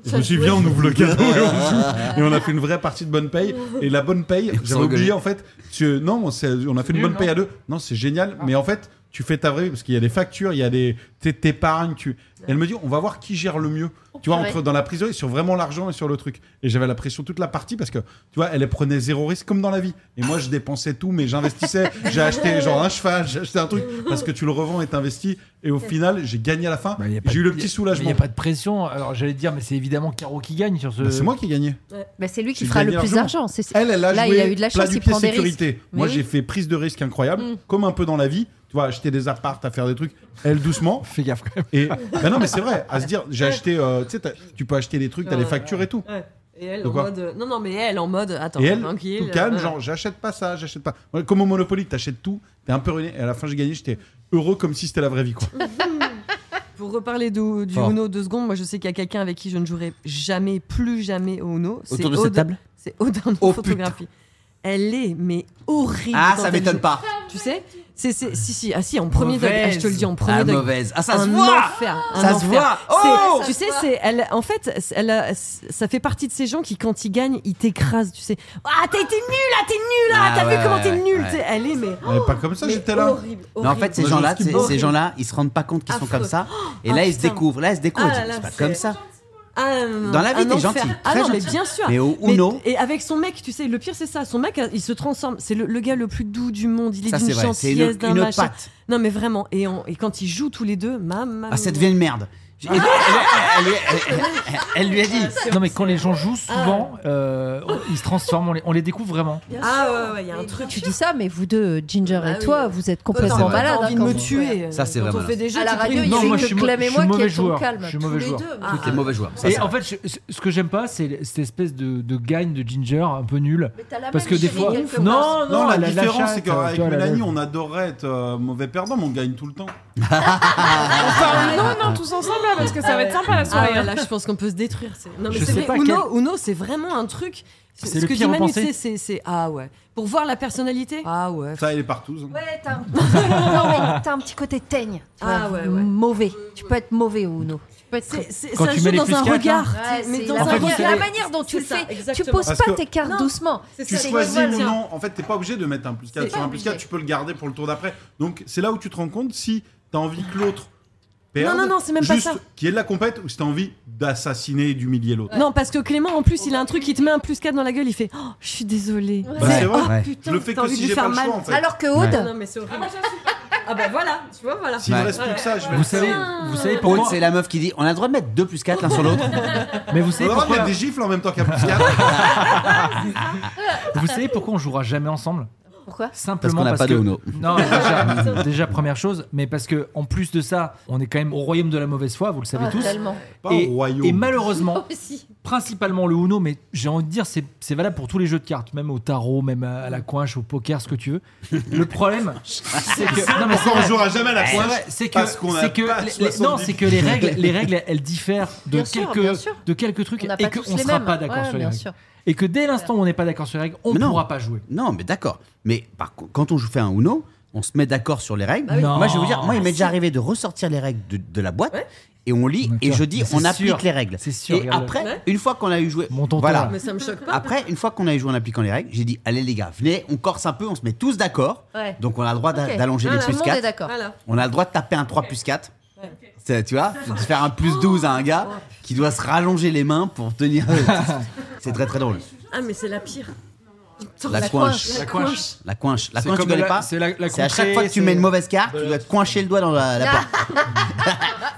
A: Et je me suis dit, viens, on ouvre le cadeau et on joue. Et on a fait une vraie partie de bonne paye. Et la bonne paye,
G: Et on s'est
A: j'avais oublié
G: engueulé.
A: en fait. tu- non, on, s'est- on a fait une bonne paye à deux. Non, c'est génial. Mais en fait, tu fais ta vraie parce qu'il y a des factures, il y a des t'é- t'épargnes. Tu... Et Elle me dit, on va voir qui gère le mieux. Tu vois,
I: purée.
A: entre dans la prison et sur vraiment l'argent et sur le truc. Et j'avais la pression toute la partie parce que, tu vois, elle elle prenait zéro risque comme dans la vie. Et moi, je dépensais tout, mais j'investissais. j'ai acheté genre un cheval, j'ai acheté un truc parce que tu le revends et t'investis. Et au final, j'ai gagné à la fin.
C: Bah, y a pas
A: j'ai eu
C: de-
A: le petit
C: Mais
A: soulagement.
C: il n'y a pas de pression. Alors j'allais te dire, mais c'est évidemment Caro qui gagne sur ce.
A: Bah, c'est moi qui ai gagné.
B: Bah, c'est lui qui
A: J'ai
B: fera le
A: gagné
B: plus
A: l'argent.
B: d'argent. c'est- c'est-
A: Elle, elle a
B: Là,
A: joué
B: il a eu de la
A: plat
B: chance,
A: du
B: il
A: pied
B: prend des
A: sécurité.
B: Mais
A: Moi,
B: oui. Mm.
A: j'ai fait prise de risque incroyable, comme un peu dans la vie. Tu vois, acheter des appartes, à faire des trucs. Elle, doucement.
C: Fais gaffe quand même.
A: Et bah non, mais c'est vrai, à se dire, j'ai acheté, euh, tu sais, t'as- tu peux acheter des trucs, t'as
F: Ouais,
A: les factures et tout.
F: Ouais. Et elle
A: De
F: en
A: quoi
F: mode. Non, non, mais elle en mode. Attends,
A: Et elle,
F: tranquille.
A: tout calme,
F: euh,
A: genre, j'achète pas ça, j'achète pas. Ouais, Comme au Monopoly, t'achètes tout, t'es un peu ruiné. Et à la fin, j'ai gagné, j'étais heureux comme si c'était la vraie vie, quoi.
F: Pour reparler du, du
A: Fort.
F: Uno deux secondes, moi je sais qu'il y a quelqu'un avec qui je ne jouerai jamais, plus jamais au Uno. C'est
G: Autour de cette
F: Aude-
G: table
F: C'est Odin de
G: Oh,
F: photographie. Elle est, mais horrible.
G: Ah,
F: quand
G: ça
F: elle
G: m'étonne
F: joue.
G: pas.
F: Tu sais C'est, c'est- si, si, ah, si, en premier degré. Ah, je te le dis en premier
G: Ah,
F: degré.
G: mauvaise. Ah, ça se
F: Un
G: voit
F: enfer, un
G: Ça se
F: enfer.
G: voit
F: C'est-
G: Oh
F: Tu sais, c'est, elle, en fait, c'est- elle a- ça fait partie de ces gens qui, quand ils gagnent, ils t'écrasent, tu sais. Ah, t'as été nul, ah, t'es nul, ah,
G: Ah,
F: t'as
G: ouais,
F: vu comment t'es
G: ouais,
F: nul.
G: ouais.
F: tu sais, Elle est,
C: Eh,
F: mais.
A: Mais pas comme ça,
F: mais
A: j'étais
B: oh,
A: là.
F: horrible,
G: Mais en
F: horrible.
G: fait, ces
A: Moi, je
G: gens-là,
A: trouve
G: ces,
A: qu'il est
G: ces gens-là, ils se rendent pas compte qu'ils sont
F: Affreux.
G: comme ça. Et
F: Ah,
G: là, ils se
F: putain.
G: découvrent. Là, ils se découvrent.
F: Ah,
G: Ils disent,
F: là,
G: c'est pas
F: c'est-
G: comme ça.
F: Ah, non, non,
G: Dans la vie,
F: un
G: t'es
F: enfer.
G: gentil,
F: Ah
G: très
F: non, mais
G: gentil.
F: bien sûr.
G: Mais au
F: Mais-
G: Uno,
F: et avec son mec, tu sais, le pire c'est ça. Son mec, il se transforme. C'est le, le gars le plus doux du monde. Il est
G: ça
F: d'une
G: c'est vrai. C'est une,
F: gentillesse, d'un
G: une
F: machin.
G: patte.
F: Non, mais vraiment. Et, en- et quand ils jouent tous les deux, maman.
G: Ah, ça devient une merde. Et- Elle, elle- elle- elle- elle- elle lui a dit.
C: Non, mais quand les gens jouent, souvent, euh, ils se transforment, on les, on les découvre vraiment.
F: Ah ouais, ouais, il y a un truc.
I: Tu dis ça, mais vous deux, euh, Ginger
B: Bah
I: et
B: oui.
I: toi, vous êtes
B: t'as
I: complètement
G: envie de
I: malades.
F: T'as envie
I: hein,
F: de
I: quand
F: me
I: vous-
F: tuer.
G: Ça, c'est
F: Quand
G: vrai,
F: on fait
G: madame.
F: des jeux,
I: À la
F: tu
I: radio,
F: primes.
I: il y
C: Non,
I: a
C: moi,
I: eu
C: je suis
I: que
C: mau-
I: Clem et
C: je suis
I: moi qui
C: mauvais
I: êtes au
C: joueur.
I: calme.
C: Je suis mauvais
I: tous les
C: joueur.
I: deux.
G: Toi, t'es mauvais joueur. Ça,
C: Ah. Et
G: c'est
C: en
G: vrai.
C: fait, je- ce- ce que j'aime pas, c'est le- cette espèce de, de gagne de Ginger un peu nul.
I: Mais t'as la
C: Parce que
I: même
C: des
I: chérie
C: fois.
I: quelque part.
C: Non, non,
A: Non, la,
C: la
A: différence,
C: chatte,
A: c'est
C: tu
A: qu'avec
C: vois, la-
A: Mélanie, on adorerait être euh, mauvais perdant, mais on gagne tout le temps.
J: Enfin, non, non, tous ensemble là, parce que ça va être sympa la
F: Ah
J: soirée.
F: ouais, là, je pense qu'on peut se détruire. c'est- Non, mais
C: Je
F: c'est
C: sais
F: vrai,
C: pas
F: Uno, Uno, c'est vraiment un truc.
C: C'est
F: Ce
C: le
F: que
C: pire
F: dit Manu,
C: repensé.
F: tu sais, c'est c'est- ah ouais. Pour voir la personnalité. Ah ouais.
A: Ça, elle est partout. hein.
I: Ouais, t'as un... non, mais t'as un petit côté teigne. Tu
F: Ah,
I: vois,
F: ouais, ouais.
I: Mauvais. Tu peux être mauvais ou non. Tu peux être.
F: C'est- c'est-
C: Quand
F: Ça
C: tu
F: joue
C: mets les
F: dans
C: plus
F: un
C: quatre, là.
F: regard.
I: Ouais,
F: mais
I: c'est
F: dans
I: la,
F: un
C: fait, vous
I: manière,
F: regard.
I: la
C: savez-
I: manière dont tu le
F: C'est ça,
I: fais. Tu
F: exactement.
I: poses
A: Parce
I: pas
A: que-
I: tes cartes
F: Non.
I: doucement.
A: Tu
I: C'est-
A: choisis
I: voilà.
A: ou non. En fait, t'es pas obligé de mettre un plus 4 sur un plus 4. Tu peux le garder pour le tour d'après. Donc, c'est là où tu te rends compte si t'as envie que l'autre perde.
F: Non, non, non, c'est même pas
A: juste
F: ça.
A: Qu'il y ait de la compète ou si t'as envie d'assassiner et d'humilier l'autre.
F: Non, parce que Clément, en plus, il a un truc qui te met un plus 4 dans la gueule. Il fait Oh, je suis désolé.
A: Bah, c'est vrai.
G: Ouais.
F: Putain,
A: Je le fais
F: t'as
A: que
F: envie de
A: si
F: lui
A: j'ai
F: faire
A: pas le choix,
F: mal.
A: en fait.
I: Alors que Aude,
F: Non, mais c'est horrible. Ah bah voilà, tu vois, voilà.
A: S'il me
G: Ouais.
A: reste plus que ça, je vais.
C: Vous savez, vous
A: Oh,
C: savez
G: Aude,
C: pourquoi
G: c'est la meuf qui dit on a le droit de mettre 2 plus 4 l'un sur l'autre.
C: Mais vous
A: On a
C: savez
A: le droit de
C: pourquoi
A: mettre des gifles en même temps qu'un plus 4.
C: Vous savez pourquoi on jouera jamais ensemble
I: Pourquoi
C: Simplement
G: qu'on n'a
C: parce,
G: pas de
C: que
G: Uno.
C: non déjà, déjà, première chose, mais parce que en plus de ça, on est quand même au royaume de la mauvaise foi, vous le savez
I: Ah,
C: tous.
I: tellement.
A: Pas
C: Et,
A: au royaume.
C: et malheureusement,
I: Aussi.
C: principalement le Uno, mais j'ai envie de dire c'est c'est valable pour tous les jeux de cartes, même au tarot, même à, à la coinche, au poker, ce que tu veux. Le problème, c'est que non mais c'est
A: Pourquoi on
C: vrai.
A: jouera jamais à la
C: C'est
A: pointe
C: vrai, Eh, c'est que,
A: Parce qu'on a
C: c'est que
A: pas
C: les- les, non,
A: 70.
C: c'est que les règles, les règles, elles diffèrent de
I: Bien sûr, bien
C: quelques,
I: sûr.
C: de quelques trucs
I: On n'a
C: et
I: pas tous
C: qu'on
I: les
C: sera
I: mêmes.
C: pas d'accord
I: Ouais,
C: sur les
I: bien
C: règles.
I: sûr.
C: Et que dès l'instant où on n'est pas d'accord sur les règles, on ne
G: Mais non.
C: pourra pas jouer.
G: Non, mais d'accord. Mais par contre, quand on joue fait un Uno, on se met d'accord sur les règles.
F: Ah
C: oui.
G: Moi, je vais vous dire,
C: Non.
G: moi, il m'est déjà arrivé de ressortir les règles de, de la boîte. Et on lit
C: Mais
G: et je
C: c'est
G: dis on applique
C: sûr.
G: les règles.
C: C'est sûr,
G: et
C: regarde-le.
G: après,
F: Ouais.
G: une fois qu'on a eu joué,
C: Mon tonton,
G: voilà.
F: Mais ça me choque pas.
G: Après, une fois qu'on a joué en appliquant les règles, j'ai dit allez les gars, venez, on corse un peu, on se met tous d'accord.
I: Ouais.
G: Donc on a le droit d'a-
I: Ok.
F: Ah,
G: d'allonger les
I: Tout le
G: plus
I: monde est
G: 4.
I: d'accord.
F: Voilà.
G: On a le droit de taper un 3 plus 4. C'est- Tu vois, de faire un plus 12 à un gars qui doit se rallonger les mains pour tenir. C'est très très drôle.
F: Ah, mais c'est la pire.
G: La, coinche.
C: La coinche.
G: La coinche. La
C: C'est
G: coinche, tu
C: comme
G: connais
C: la-
G: pas
C: c'est la- la
G: C'est à chaque
C: contrée,
G: fois que tu
C: c'est-
G: mets une mauvaise carte, tu dois te coincher le doigt dans la, la porte.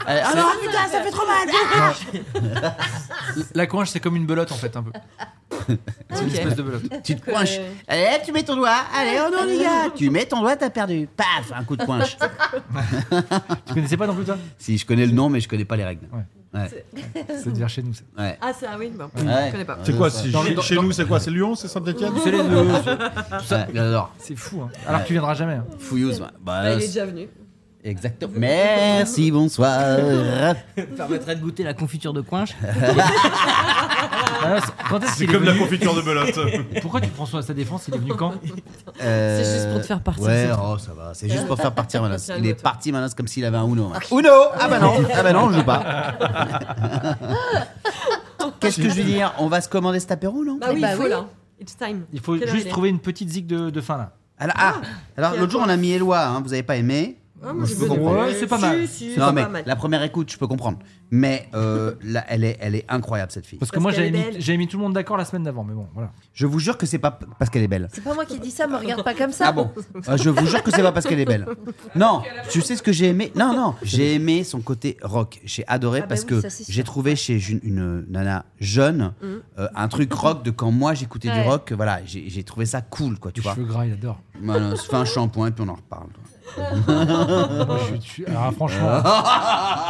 G: Allez, ah non, putain, ça fait trop mal
C: La coinche, c'est comme une belote en fait, un peu. C'est une espèce de belote.
G: Tu te coinches. Allez, tu mets ton doigt. Allez, oh non, les gars Tu mets ton doigt, t'as perdu. Paf Un coup de coinche.
C: Tu connaissais pas non plus toi
G: si, je connais le nom, mais je connais pas les règles.
C: Ouais.
G: Ouais.
C: C'est dire chez nous. ça.
G: Ouais.
F: Ah, c'est ah oui, bon,
G: Ouais.
F: je connais pas.
A: C'est quoi c'est-
C: Dans-
A: chez-
C: dans-
A: Chez
C: dans-
A: nous, c'est quoi C'est Lyon C'est Saint-Etienne
C: C'est les deux, c'est-
G: Ouais, J'adore.
C: c'est fou. hein. Alors que tu viendras jamais. hein.
G: Fouilleuse. Bah,
F: Ah,
G: bah,
F: il est déjà venu.
G: exactement. Merci, bonsoir.
H: permettrait de goûter la confiture de coinche.
C: Ah, non, c'est- Quand est-ce
A: C'est
C: qu'il est
A: comme la
C: venu
A: confiture de belote.
C: Pourquoi tu prends ça à sa défense Il est venu quand
G: Euh,
F: C'est juste pour te faire partir,
G: Ouais,
F: c'est tout.
G: oh, ça va. C'est juste pour te faire partir, Manos.
F: C'est un
G: Il est
F: autre.
G: parti, Manos, comme s'il avait un Uno. hein. Uno Ah bah non Ah bah non, on joue pas. Qu'est-ce que je veux dire On va se commander cet apéro, non
F: Bah oui,
I: bah
F: il faut
I: oui.
F: là. It's time.
C: Il faut
F: Quelle heure il
C: juste
F: est
C: trouver une petite zig de, de fin là.
G: Alors, ah, alors l'autre jour, on a mis Eloi, hein, vous avez pas aimé.
F: Ah, moi, je
G: peux
F: veux des-
C: comprendre. Ouais, c'est pas mal.
F: Si, si,
G: Non,
F: c'est
G: mais
F: pas mal.
G: la première écoute, je peux comprendre. Mais euh, là, elle est, elle est incroyable, cette fille.
C: Parce que
F: Parce
C: moi
F: qu'elle
C: j'avais
F: est
C: mis,
F: belle.
C: j'avais mis tout le monde d'accord la semaine d'avant, mais bon, voilà.
G: Je vous jure que c'est pas p- parce qu'elle est belle.
I: C'est pas moi qui dis ça, me regarde pas comme ça.
G: Ah bon Euh, Je vous jure que c'est pas parce qu'elle est belle. Non, tu sais ce que j'ai aimé Non, non, j'ai aimé son côté rock. J'ai
I: Ah
G: adoré
I: bah
G: parce
I: oui,
G: que
I: ça, c'est sûr. Mm.
G: j'ai trouvé chez une, une nana jeune euh, un truc rock de quand moi j'écoutais du
I: Ouais.
G: rock. Voilà, j'ai j'ai trouvé ça cool, quoi, tu
C: Les
G: vois.
C: cheveux gras, il adore.
G: Voilà, on se fait un shampoing et puis on en reparle.
F: Oh.
C: Moi, je suis- alors, franchement,
F: Ah.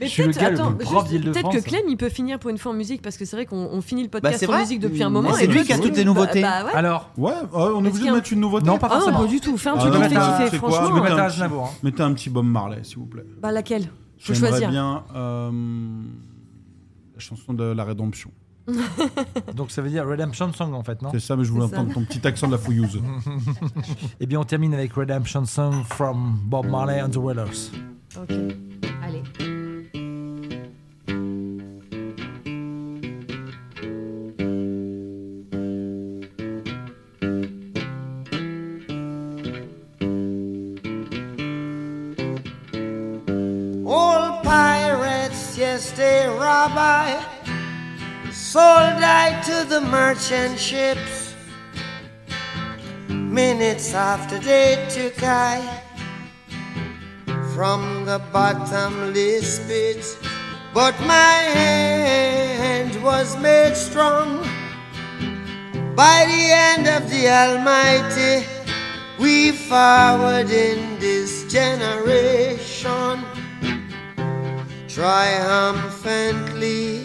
F: Mais
C: Je suis le
F: peut-être-
C: gars le
F: attends,
C: plus propre
F: juste,
C: d'Île-de-France.
F: Peut-être que Clem, il peut finir pour une fois en musique parce que c'est vrai qu'on on finit le
G: Bah,
F: podcast
G: c'est
F: en
G: vrai.
F: musique depuis un
G: Mmh.
F: moment.
G: Mais c'est
F: et
G: lui
F: toi,
G: qui a
F: tu-
G: toutes les nouveautés.
F: Bah, ouais.
C: alors,
A: Ouais, ouais, oh, on est obligé de mettre une nouveauté.
C: Non, pas
F: Ah non,
C: forcément.
F: pas du tout. Fais un
A: Ah
F: truc
A: non,
F: qui
A: mais
F: te
A: euh, t'as-
F: fait
A: c'est
F: kiffer,
A: quoi
C: je vais
F: franchement.
C: mettre
A: un
C: à
A: petit-
C: Aznavour. hein.
A: Mettez un petit Bob Marley, s'il vous plaît.
F: Bah, laquelle Faut
A: J'aimerais
F: choisir.
A: bien euh, la chanson de la rédemption.
F: Donc ça veut dire Redemption Song en fait, non
A: C'est ça, mais je voulais
F: C'est ça.
A: entendre ton petit accent de la fouilleuse.
F: Eh bien, on termine avec Redemption Song from Bob Marley and the Wailers.
B: Ok. Allez.
C: Old pirates, yes, they rob I. Sold I to the merchant ships. Minutes after they took I from the bottomless pit. But my hand was made strong by the hand of the Almighty. We forward in this generation triumphantly.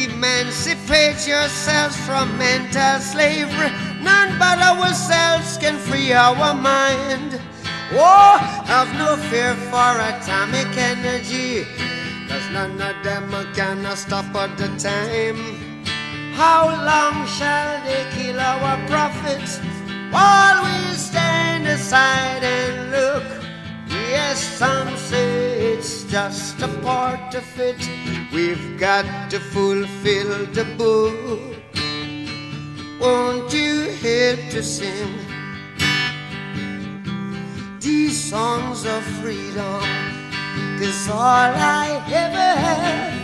C: Emancipate yourselves from mental slavery. None but ourselves can free our mind. Oh, have no fear for atomic energy. Cause none of them can stop at the time. How long shall they kill our prophets while we stand aside and look? Yes, some say it's just a part of it. We've got to fulfill the book. Won't you help to sing these songs of freedom? Cause all I ever have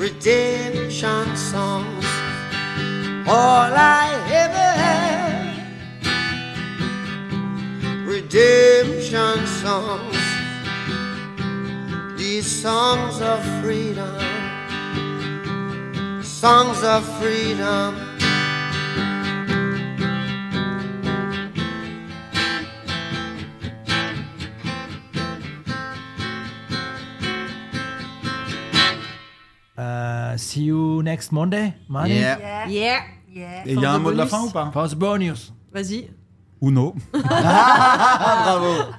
C: redemption songs. All I ever have redemption songs, these songs of freedom, songs of freedom.
F: Euh, see you next Monday, Monday.
G: Yeah. Yeah. Yeah.
A: Et il y a un mot de la fin ou pas
F: First bonus.
G: Vas-y.
A: Uno.
G: Bravo.